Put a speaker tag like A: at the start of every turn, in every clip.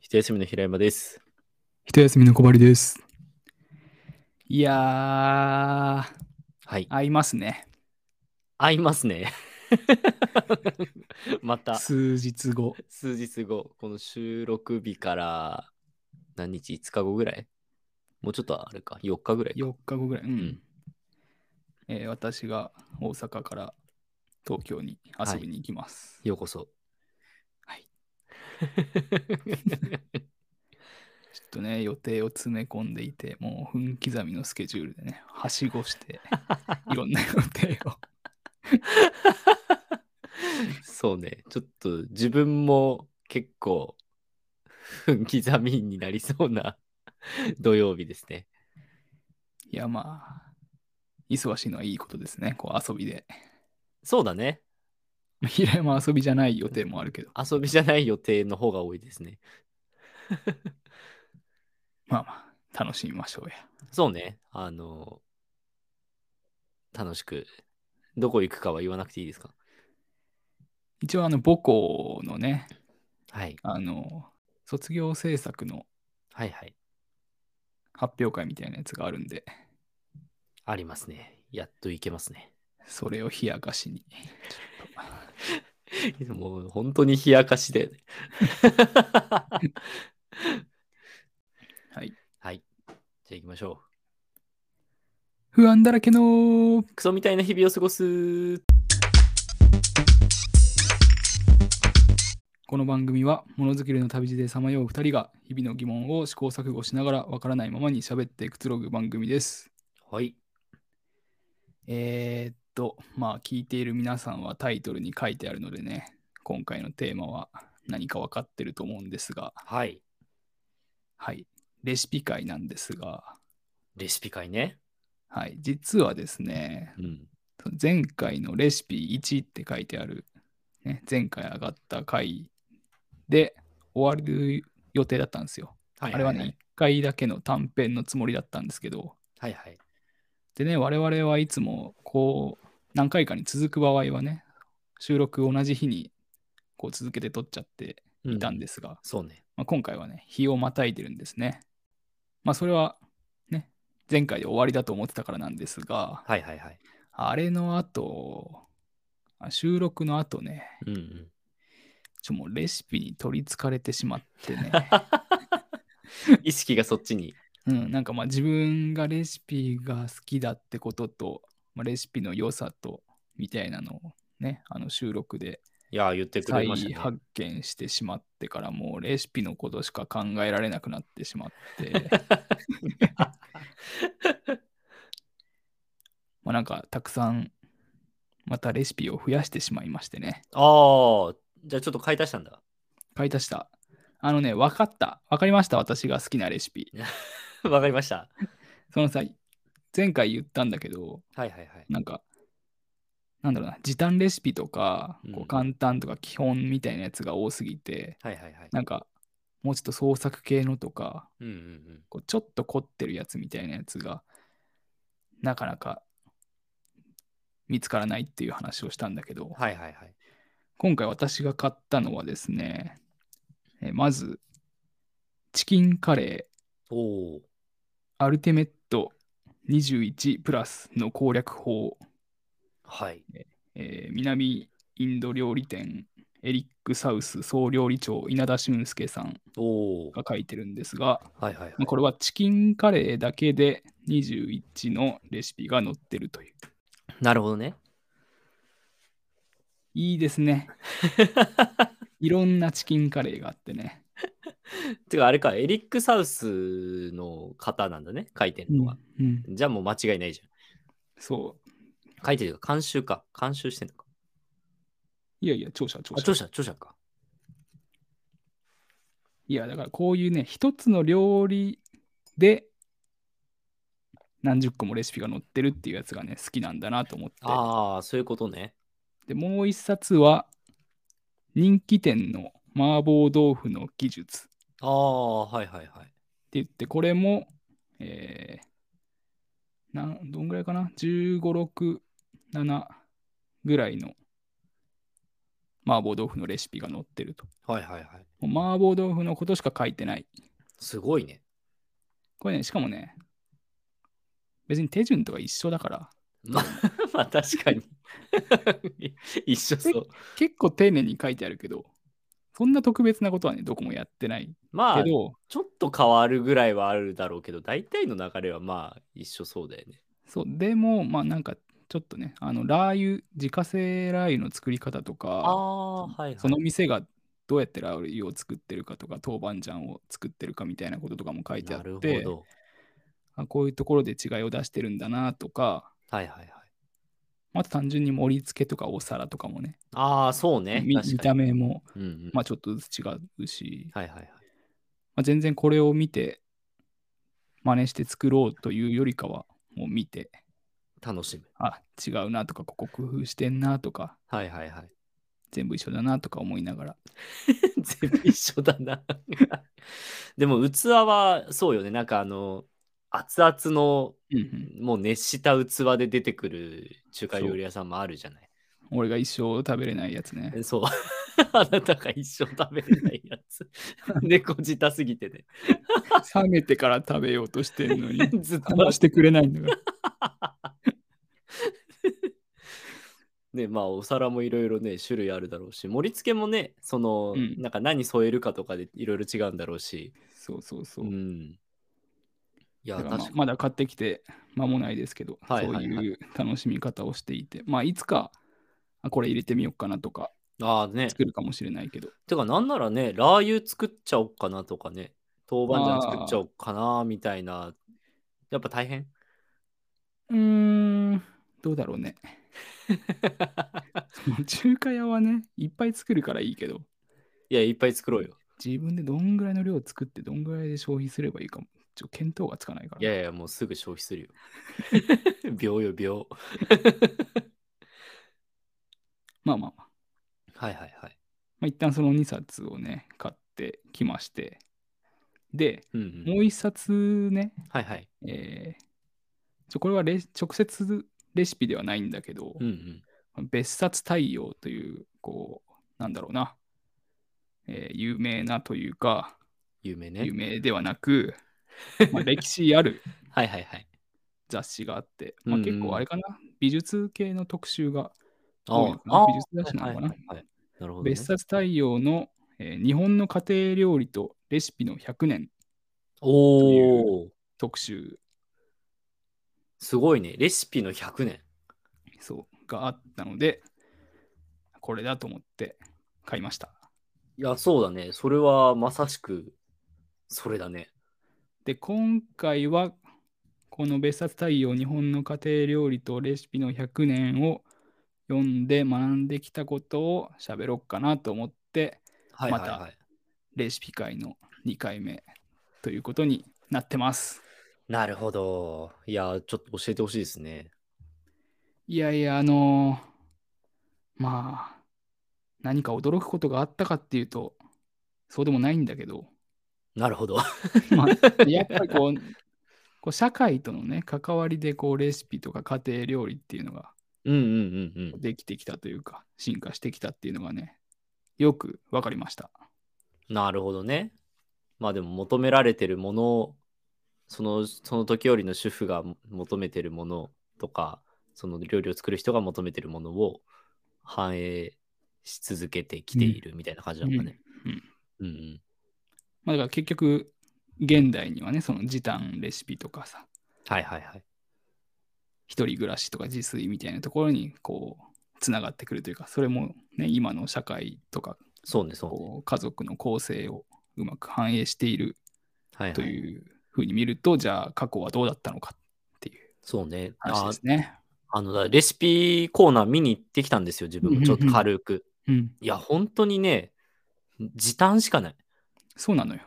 A: 一休みの平山です。
B: 一休みの小針です。いやー、
A: はい。
B: 合いますね。
A: 合いますね。 また
B: 数日後。
A: 数日後、この収録日から何日 ?5 日後ぐらいもうちょっとあれか、4日ぐらいか
B: 4日後ぐらい。うん
A: ん
B: えー私が大阪から東京に遊びに行きます。
A: ようこそ。
B: はい。ちょっとね、予定を詰め込んでいて、もう分刻みのスケジュールでね、はしごして、いろんな予定を。
A: そうね。ちょっと自分も結構、 分刻みになりそうな 土曜日ですね。
B: いや、まあ、忙しいのはいいことですね、こう遊びで。
A: そうだね。
B: 平山遊びじゃない予定もあるけど、
A: 遊びじゃない予定の方が多いですね。
B: まあまあ、楽しみましょうや。
A: そうね。あの、楽しく、どこ行くかは言わなくていいですか
B: 一応、あの、母校のね、
A: はい。
B: あの、卒業制作の
A: はいはい。
B: 発表会みたいなやつがあるんで、
A: ありますね。やっと行けますね。
B: それを冷やかしに。
A: もう本当に冷やかし で。
B: はい。
A: はい。じゃあ行きましょ
B: 不安だらけの
A: う。クソみたいな日々を過ごす。
B: この番組は、ものづくりの旅路でさまよう2人が、日々の疑問を試行錯誤しながら、わからないままに喋ってくつろぐ番組です。
A: はい。
B: えー、っと、まあ、聞いている皆さんはタイトルに書いてあるのでね、今回のテーマは何か分かってると思うんですが、
A: はい。
B: はい。レシピ会なんですが、
A: レシピ会ね。
B: はい。実はですね、
A: うん。
B: 前回のレシピ1って書いてある、ね、前回上がった回で終わる予定だったんですよ。
A: はい
B: あれはね、1回だけの短編のつもりだったんですけど、
A: はいはい。
B: でね、我々はいつもこう、何回かに続く場合はね、収録同じ日にこう続けて撮っちゃって
A: う
B: い
A: ん
B: たんですが、
A: そうね。
B: まあ、今回はね、日をまたいでるんですね。まあ、それはね、前回で終わりだと思ってたからなんですが、
A: はいはいはい。
B: あれの後、あ収録の後ね、
A: うんうん。
B: ちょもうレシピに取りつかれてしまってね、
A: 意識がそっちに。
B: うん、なんかまあ自分がレシピが好きだってことと、まあ、レシピの良さと、みたいなのをね、あの収録で
A: いやー、言ってくれ
B: 再
A: ましたね。
B: 発見してしまってから、もうレシピのことしか考えられなくなってしま って、まあなんかたくさん、またレシピを増やしてしまいましてね、
A: ああ、じゃあちょっと買い足したんだ。
B: 買い足した。あのね、分かった。分かりました。私が好きなレシピ。
A: わかりました。
B: そのさ、前回言ったんだけど、
A: はいはいはい。
B: なんか、なんだろうな、時短レシピとか、こ
A: うん
B: う簡単とか基本みたいなやつが多すぎて、
A: はいはいはい。
B: なんか、もうちょっと創作系のとか、
A: うんうんうん。
B: こうちょっと凝ってるやつみたいなやつが、なかなか見つからないっていう話をしたんだけど、
A: はいはいはい。
B: 今回私が買ったのはですね、えまず、チキンカレー、
A: おお。
B: アルティメット21プラスの攻略法、
A: はい。
B: えー南インド料理店エリック・サウス総料理長稲田俊介さん
A: おお。
B: が書いてるんですが、
A: はいはいはい
B: まあ。これはチキンカレーだけで21のレシピが載ってるという。
A: なるほどね。
B: いいです ね。いろんなチキンカレーがあってね。
A: てかあれか、エリック・サウスの方なんだね、書いてるのが。
B: うん
A: じゃあもう間違いないじ
B: そう。
A: ゃん。書いてるか、監修か。監修してんのか。
B: いやいや、著者、
A: あ
B: 著者
A: 著。者、著者か。
B: いや、だからこういうね、一つの料理で何十個もレシピが載ってるっていうやつがね、好きなんだなと思って。
A: ああ、そういうことね。
B: で、もう一冊は、人気店の麻婆豆腐の技術って
A: ああ、はいはいはい。
B: 言って、これも、えー、なんどんぐらいかな ?15、6、7ぐらいの、麻婆豆腐のレシピが載ってると。
A: はいはいはい。
B: もう麻婆豆腐のことしか書いてない。
A: すごい ね。
B: これね、しかもね、別に手順とか一緒だから、
A: まあ、まあ確かに。 一緒そう。
B: 結構丁寧に書いてあるけど、そんな特別なことはね、どこもやってない
A: まあ
B: け、ど、
A: ちょっと変わるぐらいはあるだろうけど、大体の流れはまあ一緒そうだよね。
B: そう、でも、まあなんか、ちょっとね、あの、ラー油、自家製ラー油の作り方と
A: あ
B: か、
A: あ、はいはい。
B: その店がどうやってラー油を作ってるかとか、豆板醤を作ってるかみたいなこととかも書いてあ
A: なる
B: っ
A: ほ
B: て、
A: ど。
B: あこういうところで違いを出してるんだなとか、
A: はいはいはい。
B: あと単純に盛り付けとかお皿とかもね、
A: ああ、そうね。
B: み見
A: 確
B: た
A: かに。
B: 目も、
A: うんうん
B: まあ、ちょっとずつ違うし、
A: はいはいはい。
B: まあ、全然これを見て、真似して作ろうというよりかは、もう見て、
A: 楽しむ。
B: あ違うなとか、ここ工夫してんなとか、
A: はいはいはい。
B: 全部一緒だなとか思いながら、
A: 全部一緒だな。 でも器はそうよね。なんかあの、熱々の
B: うんうん
A: もう熱した器で出てくる中華料理屋さんもあるじゃない。
B: 俺が一生食べれないやつね。
A: そう。 あなたが一生食べれないやつ。猫舌すぎてね。
B: 冷めてから食べようとしてるのに、
A: ずっと
B: 話してくれないんだから。
A: ね、まあお皿もいろいろね、種類あるだろうし、盛り付けもね、その、
B: うん
A: なんか何添えるかとかでいろいろ違うんだろうし。
B: そうそうそうう。
A: ん。いや、
B: だか
A: 確
B: らま
A: か
B: あ
A: に。
B: まだ買ってきて間もないですけど、
A: はいはいはい
B: そういう楽しみ方をしていて、まあ、いつかあこれ入れてみようかなとか
A: ああね。
B: 作るかもしれないけど、
A: てか、なんならね、ラー油作っちゃおっかなとかね、豆板醤作っちゃおっかなみたいな、やっぱ大変
B: うーん、どうだろ うね。その中華屋はね、いっぱい作るからいいけど、
A: いや、いっぱい作ろうよ。
B: 自分でどんぐらいの量を作って、どんぐらいで消費すればいいかも、ちょ見当がつかないから。
A: いやいや、もうすぐ消費す るよ。秒よ、秒。
B: まあまあまあ、
A: はいはいはい。
B: まあ、一旦その2冊をね、買ってきまして、で、
A: うんうん、
B: もう1冊ね、
A: はいはい。
B: えーちょこれはレ直接レシピではないんだけど、
A: うんうん。
B: 別冊対応という、こう、なんだろうな、えー有名なというか、
A: 有名ね。
B: 有名ではな く、まあ、歴史ある
A: はいはいはい。
B: 雑誌があって、まあ、
A: うんうん
B: 結構あれかな、美術系の特集が
A: あ
B: 多いのかな
A: あ
B: 美術雑誌なのかな
A: はいはいはいなるほど、ね。
B: 別冊対応の、えー日本の家庭料理とレシピの100年
A: おお、
B: 特集
A: すごいね。レシピの100年。
B: そうがあったので、これだと思って買いました。
A: いや、そうだね。それはまさしく、それだね。
B: で、今回は、この別冊対応日本の家庭料理とレシピの100年を読んで学んできたことを喋ろうかなと思って、
A: はいはいはい。
B: まレシピ会の2回目ということになってます。
A: なるほど。いや、ちょっと教えてほしいですね。
B: いやいや、あのーまあ、何か驚くことがあったかっていうと、そうでもないんだけど、
A: なるほど。
B: まあ、やっぱりこう、こう社会とのね、関わりでこうレシピとか家庭料理っていうのが
A: うんうんうんうん。
B: できてきたというか、進化してきたっていうのがね、よく分かりました。
A: なるほどね。まあでも求められてるものをそのその時よりの主婦が求めてるものとかその料理を作る人が求めてるものを反映し続けてきているみたいな感じなのかね。
B: う
A: う
B: ん
A: んうん
B: まあ、だから結局、現代にはね、その時短レシピとかさ、
A: はいはいはい。
B: 一人暮らしとか自炊みたいなところにこうつながってくるというかそれもね今の社会とか
A: そうねそうね。
B: こう家族の構成をうまく反映している
A: はいはい、
B: というふうに見るとじゃあ過去はどうだったのかっていう
A: そうね。
B: 話
A: あ
B: ですね。
A: あのだからレシピコーナー見に行ってきたんですよ自分もちょっと軽く。
B: うん、
A: いや本当にね時短しかない。
B: そうなのよ。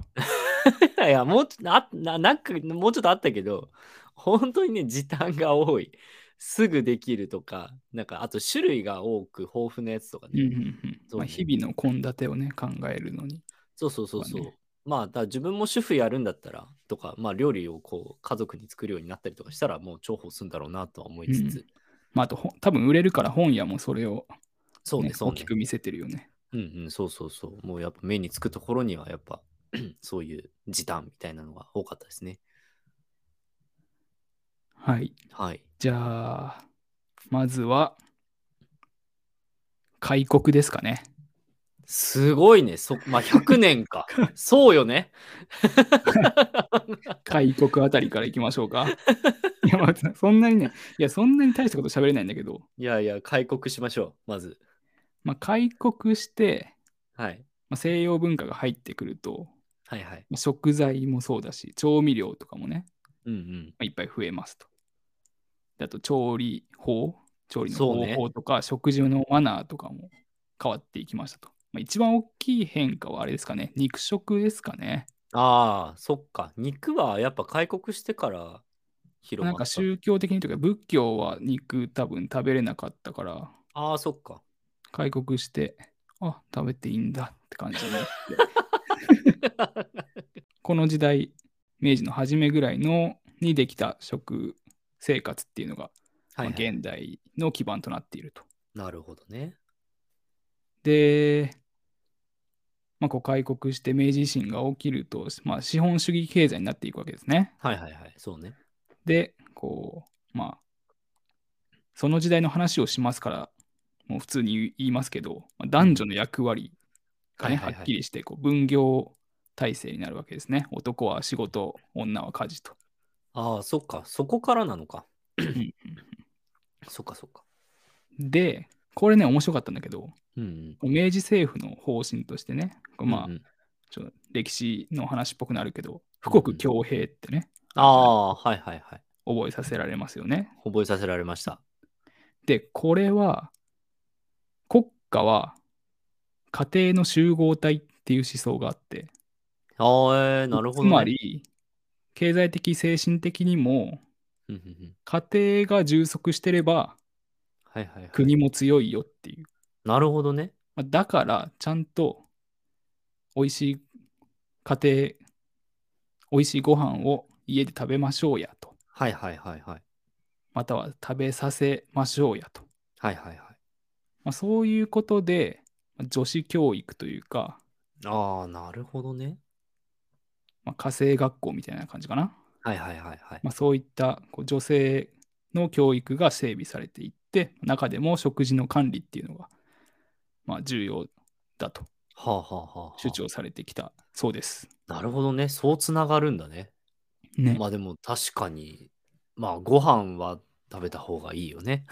A: いや、もうちょっとあな、なんか、もうちょっとあったけど、本当にね、時短が多い。すぐできるとか、なんか、あと種類が多く、豊富なやつとか
B: うんう
A: ね。
B: んうん
A: そうね
B: まあ、日々の献立をね考えるのに。
A: そうそうそうそう。
B: まあね
A: まあ、だから自分も主婦やるんだったら、とか、まあ、料理をこう、家族に作るようになったりとかしたら、もう重宝するんだろうなとは思いつつ。
B: まあ、あとほん多分売れるから本屋もそれを、
A: そう
B: ね
A: ね、そう
B: 大
A: ね
B: き。く見せてるよね。
A: うんうん、そうそうそう。もうやっぱ目につくところにはやっぱ そういう時短みたいなのが多かったですね。
B: はい。
A: はい。
B: じゃあ、まずは、開国ですかね。
A: すごいね。そまあ、100年 か。そうよね。
B: 開国あたりから行きましょ うか。いや、まあ、そんなにね、いや、そんなに大したこと喋れないんだけど、
A: いやいや、開国しましょう。まず。
B: まあ、開国して、
A: はい。
B: まあ、西洋文化が入ってくると、
A: はいはい。
B: まあ食材もそうだし、調味料とかもね、
A: うんうん。
B: まあいっぱい増えますと。であと、調理法、調理の
A: そう
B: 方
A: ね
B: 法とか、食事のマナーとかも変わっていきましたと。まあ、一番大きい変化はあれですかね、肉食ですかね。
A: ああ、そっか。肉はやっぱ開国してから広
B: な
A: ま
B: ん
A: った
B: か。宗教的にというか、仏教は肉多分食べれなかったから、
A: ああ、そっか。
B: 開国して、あ、食べていいんだって感じになって。 この時代、明治の初めぐらいのにできた食生活っていうのが、
A: はい、
B: まあ現代の基盤となっていると。
A: なるほどね。
B: で、まあ、こう開国して明治維新が起きると、まあ、資本主義経済になっていくわけですね。
A: はいはいはい。そうね。
B: で、こう、まあ、その時代の話をしますから、もう普通に言いますけど、まあ男女の役割がね、
A: はいは
B: はい
A: はい
B: っきりして、こう分業体制になるわけですね。男は仕事、女は家事と。
A: ああ、そっか。そこからなのか。 そっかそっか。
B: で、これね、面白かったんだけど、
A: うんうん。
B: 明治政府の方針としてね、こうまあ、
A: うんうん
B: ちょっと歴史の話っぽくなるけど、富国強兵ってね、
A: ああ、はいはいはい。
B: 覚えさせられますよね。
A: 覚えさせられました。
B: で、これは、国家は家庭の集合体っていう思想があって、
A: ああ、えーなるほど、ね。
B: つまり、経済的、精神的にも、
A: うんうんうん、
B: 家庭が充足してれば、
A: はいはい、はい。
B: 国も強いよっていう。
A: なるほどね。
B: まあだから、ちゃんと、美味しい家庭、美味しいご飯を家で食べましょうやと。
A: はいはいはいはい。
B: または食べさせましょうやと。
A: はいはいはい。
B: まあ、そういうことで、まあ女子教育というか、
A: ああ、なるほどね。
B: まあ、家政学校みたいな感じかな。
A: はいはいはいはい。
B: まあ、そういったこう女性の教育が整備されていって、中でも食事の管理っていうのが、まあ、重要だと
A: はあはあはあはあ。
B: 主張されてきたそうです。
A: なるほどね。そうつながるんだね。
B: ね、
A: まあでも確かに、まあご飯は食べた方がいいよね。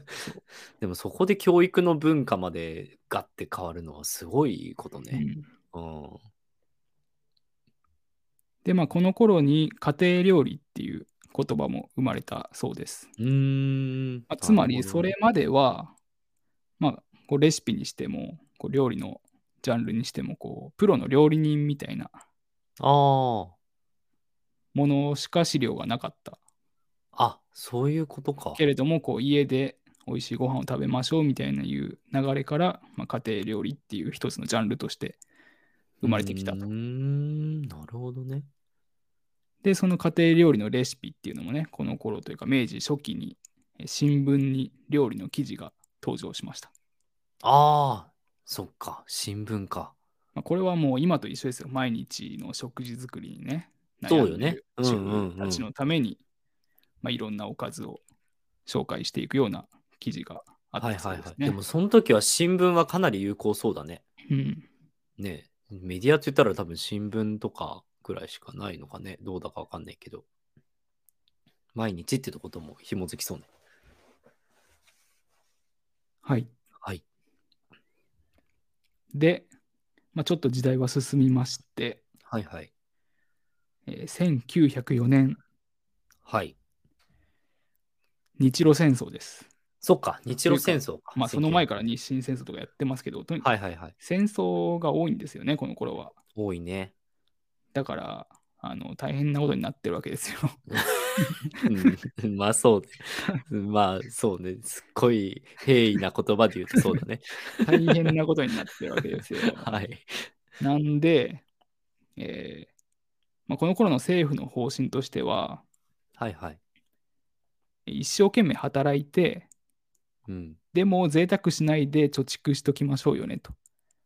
A: でもそこで教育の文化までガッて変わるのはすごいこと
B: う
A: ね。
B: ん
A: うん。
B: で、まあ、この頃に家庭料理っていう言葉も生まれたそうです。
A: うーん。
B: まあ、つまり
A: なるほ
B: そ
A: どね
B: れまでは、まあ、こうレシピにしてもこう料理のジャンルにしてもこうプロの料理人みたいな
A: あ
B: ものしか資料がなかった
A: あ。あ、そういうことか。
B: けれどもこう家で美味しいご飯を食べましょうみたいないう流れから、まあ、家庭料理っていう一つのジャンルとして生まれてきた
A: うー
B: と。
A: ん。なるほどね。
B: でその家庭料理のレシピっていうのもねこの頃というか明治初期にえ新聞に料理の記事が登場しました。
A: ああ。そっか。新聞か。
B: まあ、これはもう今と一緒ですよ。毎日の食事作りにね。
A: そうよね
B: 悩んでいる
A: うんうんうん
B: 主婦たちのために、まあ、いろんなおかずを紹介していくような記事があっ
A: はい
B: た
A: はいう
B: そ
A: は
B: で
A: い
B: す。
A: で
B: ね。
A: もその時は新聞はかなり有効そうだね。
B: うん
A: ねえメディアって言ったら多分新聞とかぐらいしかないのかね。どうだかわかんないけど。毎日ってとことも紐づきそうね。
B: はい。
A: はい。
B: で、まあ、ちょっと時代は進みまして、
A: はいはい。
B: えー1904年、
A: はい。
B: 日露戦争です。
A: そっか。日露戦争か。
B: まあ、その前
A: か。
B: から日清戦争とかやってますけど、とにかく
A: はいはいはい。
B: 戦争が多いんですよね、この頃は。
A: 多いね。
B: だから、あの大変なことになってるわけですよ。
A: うん まあそうね。まあそうね。すっごい平易な言葉で言うとそうだ ね。
B: 大変なことになってるわけ ですよ。
A: はい。
B: なんで、えーまあ、この頃の政府の方針としては、
A: はいはい。
B: 一生懸命働いて、
A: うん。
B: でも贅沢しないで貯蓄しときましょうよねと。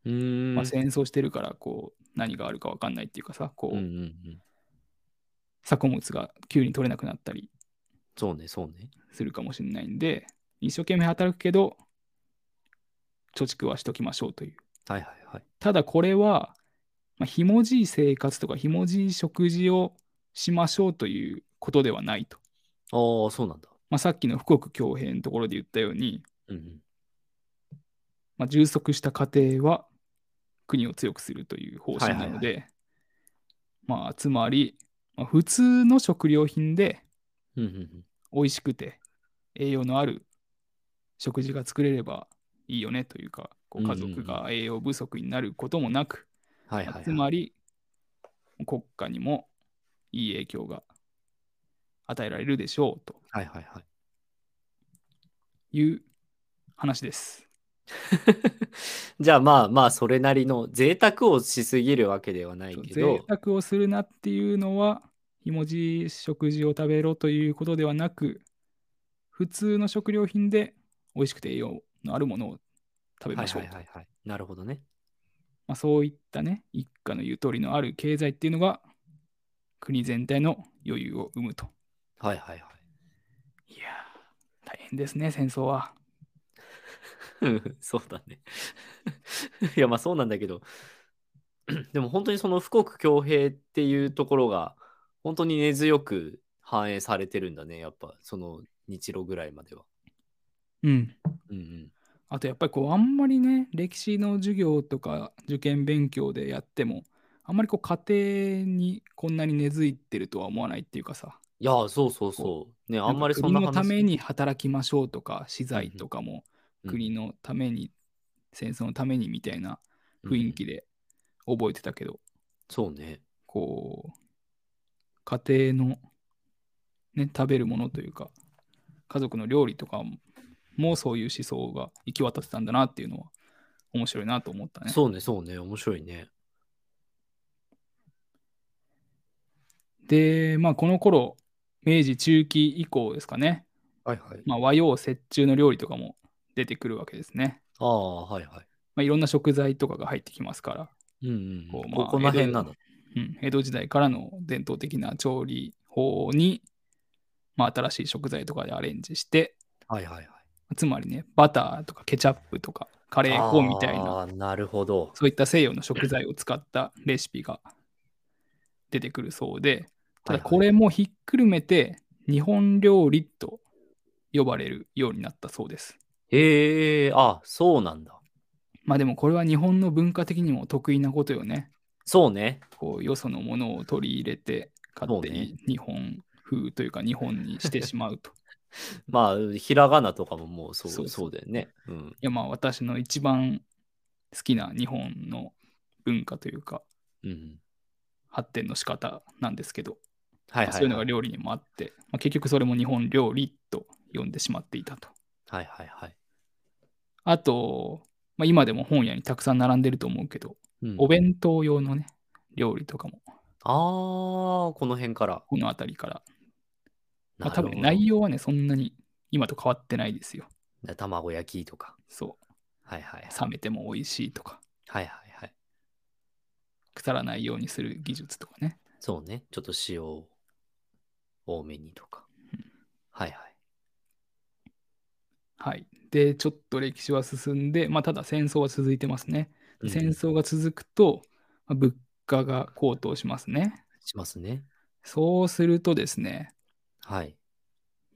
A: うーん。
B: まあ、戦争してるからこう何があるか分かんないっていうかさこ
A: う
B: う、
A: んうんうん。
B: 作物が急に取れなくなったり
A: そうね、そうね。
B: するかもしれないんで一生懸命働くけど貯蓄はしときましょうという
A: はいはいはい。
B: ただこれは、まあ、ひもじい生活とかひもじい食事をしましょうということではないと、
A: ああ、そうなんだ。
B: まあ、さっきの富国強兵のところで言ったように、
A: うんうん。
B: まあ、充足した家庭は国を強くするという方針なので、まあつまり、まあ、普通の食料品で
A: うんうんうん。
B: 美味しくて栄養のある食事が作れればいいよねというかこう
A: うん
B: 家
A: うんうん
B: 族が栄養不足になることもなく、
A: はいはい、はい。
B: つまり国家にもいい影響が与えられるでしょうと
A: はいはいはい。
B: いう話です。
A: じゃあまあまあそれなりの贅沢をしすぎるわけではないけ
B: 贅
A: ど、
B: 沢をするなっていうのはひもじい食事を食べろということではなく普通の食料品で美味しくて栄養のあるものを食べ
A: は
B: ま
A: い
B: しょう
A: は
B: と
A: いはいはい。なるほどね。
B: まあ、そういったね一家のゆとりのある経済っていうのが国全体の余裕を生むと
A: はいはいはい
B: やー大変ですね戦争は。
A: うん そうだね。いやまあそうなんだけど でも本当にその富国強兵っていうところが本当に根強く反映されてるんだねやっぱその日露ぐらいまでは。
B: うん
A: うんうん、
B: あとやっぱりこうあんまりね歴史の授業とか受験勉強でやってもあんまりこう家庭にこんなに根付いてるとは思わないっていうかさ
A: いやそうそうそう。ねあんまりそんな
B: 国の
A: 話。
B: ために働きましょうとか資材とかも
A: うん
B: 国のために戦争のためにみたいな雰囲気
A: で。
B: で覚えてたけど、
A: そうね。
B: こう家庭のね食べるものというか家族の料理とかもそういう思想が行き渡ってたんだなっていうのは面白いなと思ったね。
A: そうねそうね面白いね。
B: でまあこの頃明治中期以降ですかね、
A: はいはい。
B: まあ、和洋折衷の料理とかも出てくるわけですね。
A: ああはいは
B: まあ、いろんな食材とかが入ってきますから、
A: い。うんうん、
B: こ
A: こ
B: うまあ
A: ここの辺なの。
B: うん、江戸時代からの伝統的な調理法に、まあ、新しい食材とかでアレンジして
A: はいはいはい。
B: つまりね、バターとかケチャップとかカレー粉みたいな、
A: あーなるほど。
B: そういった西洋の食材を使ったレシピが出てくるそうで、ただこ
A: はい
B: れもひっくるめて日本料理と呼ばれるようになったそうです。
A: はい、へえあそうなんだ。
B: まあでもこれは日本の文化的にも得意なことよね。
A: そうね。
B: こうよそのものを取り入れて勝手
A: そ
B: に日本風というか日本にしてしま うと。
A: まあ、ひらがなとかももうそう
B: そ
A: そうう
B: そう
A: だよね。うん。
B: いやまあ私の一番好きな日本の文化というか
A: うん、
B: 発展の仕方なんですけど、
A: はいはい、はい。
B: そういうのが料理にもあって、まあ、結局それも日本料理と呼んでしまっていたと。
A: はいはいはい。
B: あと、まあ、今でも本屋にたくさん並んでると思うけど、
A: うん
B: お弁当用のね、料理とかも
A: ああ、この辺から。
B: この辺りから、まあ、
A: なる
B: 多
A: ほど
B: 分内容はね、そんなに今と変わってないですよ。
A: 卵焼きとか。
B: そ、。
A: はいはいう
B: 冷めても美味しいとか、
A: はいはいはい。
B: 腐らないようにする技術とかね。
A: そうね。ちょっと塩を多めにとか。はいはい。
B: はい。で、ちょっと歴史は進んで、まあ、ただ戦争は続いてますね。
A: うん
B: 戦争が続くと、まあ物価が高騰しますね。
A: しますね。
B: そうするとですね、
A: はい。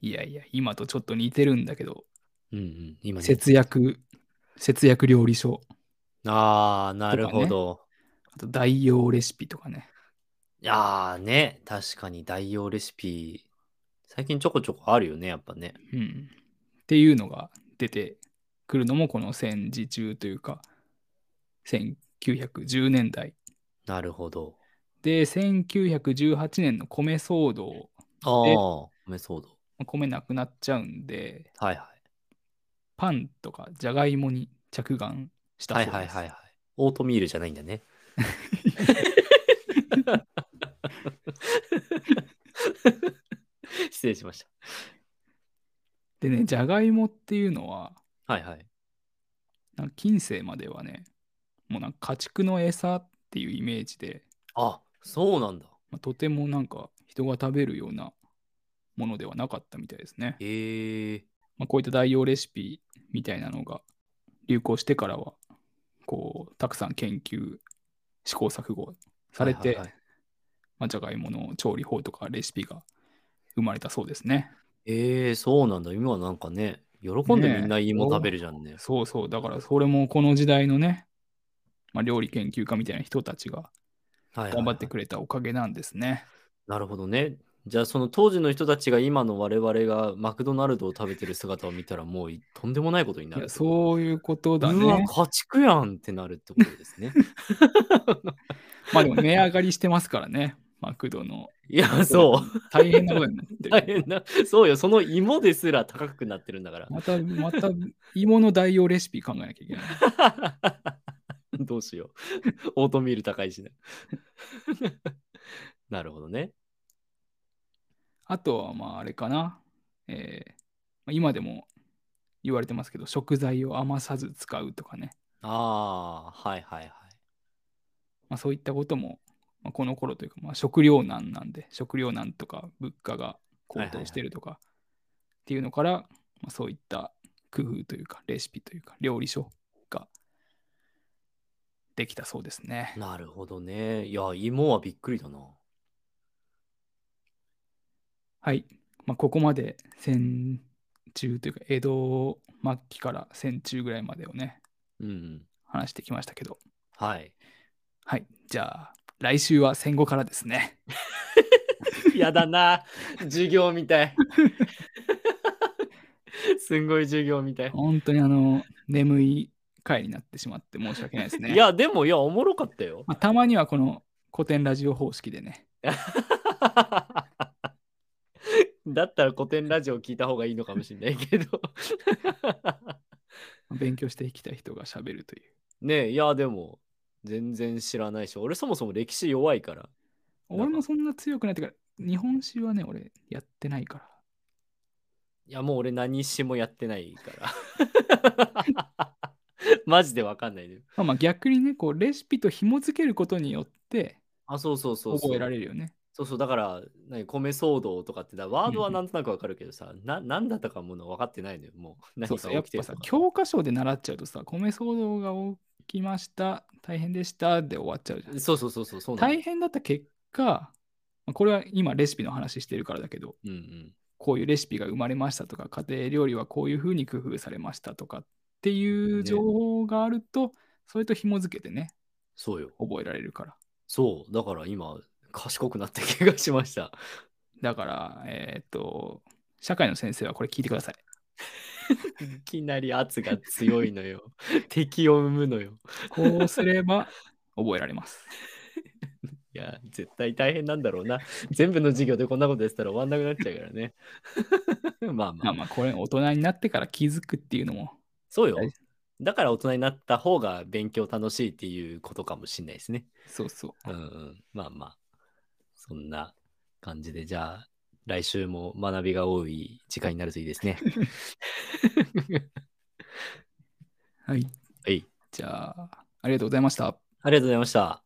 B: いやいや、今とちょっと似てるんだけど、
A: うんうん。今ね
B: 節約、節約料理書、
A: ああ、なるほど。
B: あと代用レシピとかね。
A: いやーね、確かに代用レシピ、最近ちょこちょこあるよね、やっぱね。
B: うん。っていうのが出てくるのも、この戦時中というか、1910年代。
A: なるほど。
B: で、1918年の米騒動、
A: ああ、おめそうだ。
B: 米なくなっちゃうんで、
A: はいはい。
B: パンとかじゃがいもに着眼したそうです。
A: はいはいはいはい。オートミールじゃないんだ ね。失礼しまし
B: でね、じゃがいもっていうのは、
A: た。はいはい。
B: なんか近世まではね、もうなんか家畜の餌っていうイメージで、
A: あそうなんだ。
B: まあとてもなんか人が食べるようなものではなかったみたいですね。
A: へえ。
B: まあ、こういった代用レシピみたいなのが流行してからは、こう、たくさん研究、試行錯誤され
A: はい
B: て
A: はい、はい
B: まあ、じゃがいもの調理法とかレシピが生まれたそうですね。
A: ええそうなんだ。今はなんかね、喜んでみんな芋食べるじゃんね。
B: そうそう、だからそれもこの時代のね、まあ、料理研究家みたいな人たちが
A: はいはいはい
B: 頑張ってくれたおかげなんですね。
A: なるほどね。じゃあその当時の人たちが今の我々がマクドナルドを食べてる姿を見たらもういとんでもないことにないる
B: や
A: ってこ
B: そういうこと
A: と
B: だ
A: うわ
B: ね。
A: 家畜やんってなるってことです ね。
B: まあでも値上がりしてますからね、マクドの。
A: いやそ
B: 大変なことになって
A: う
B: る。
A: 大変なそうよその芋ですら高くなってるんだから。
B: また、また、芋の代用レシピ考えなきゃいけな い。
A: どうしよう。オートミール高いしね。 なるほどね。
B: あとは、まあ、あれかな。えーまあ今でも言われてますけど、食材を余さず使うとかね。
A: ああはいはいはい。
B: まあ、そういったことも、まあ、この頃というか、まあ、食糧難なんで、食糧難とか物価が高騰してるとか、っていうのから、まあ、そういった工夫というか、レシピというか、料理書ができたそうですね。
A: なるほどね。いや芋はびっくりだな。
B: はい。まあ、ここまで戦中というか、江戸末期から戦中ぐらいまでをね、
A: うんうん。
B: 話してきましたけど、
A: はい。
B: はい。じゃあ、来週は戦後からですね。
A: やだな。授業みたい。 すんごい授業みたい。
B: 本当にあの、眠い回になってしまって申し訳ないですね。
A: いや、でも、いや、おもろかったよ。
B: まあ、たまにはこの古典ラジオ方式でね。
A: だったら古典ラジオ聞いた方がいいのかもしれないけど。
B: 勉強してきた人が喋るという。
A: ねえ、いや、でも、全然知らないし、俺そもそも歴史弱いから。
B: 俺もそんな強くないってから、日本史はね、俺やってないから。
A: いや、もう俺何しもやってないから。 マジでわかんないね。
B: まあ、まあ逆にね、こうレシピと紐付けることによって
A: あ、そうそうそうそう。
B: 覚えられるよね。
A: そうそう、だから、何米騒動とかってだ、ワードはなんとなくわかるけどさ、な何だったかもの分かってないのよ、もう。何
B: そ
A: が
B: うそうや
A: 起
B: っ
A: きて
B: ぱ
A: る
B: さ
A: と、か。
B: 教科書で習っちゃうとさ、米騒動が起きました、大変でしたで終わっちゃうじゃん。
A: そうそうそうそう、そうなの
B: 大変だった結果、まあこれは今レシピの話してるからだけど、
A: うんうん。
B: こういうレシピが生まれましたとか、家庭料理はこういうふうに工夫されましたとかっていう
A: ね
B: 情報があると、それと紐付けてね、
A: そうよ。
B: 覚えられるから。
A: そう、だから今、賢くなった気がしました。
B: だから、えーっと、社会の先生はこれ聞いてください。
A: いきなり圧が強いのよ。 敵を生むのよ。
B: こうすれ ば覚えられます。
A: いや、絶対大変なんだろうな。全部の授業でこんなことやってたら終わんなくなっちゃうからね。 まあま
B: まあ
A: あ、
B: まあ、これ大人になってから気づくっていうのも、
A: そうよ。だから大人になった方が勉強楽しいっていうことかもしれないですね。
B: そうそう。
A: うんうん、まあまあ、そんな感じで、じゃあ、来週も学びが多い時間になるといいですね。
B: はい。
A: はい、
B: じゃあ、ありがとうございました。
A: ありがとうございました。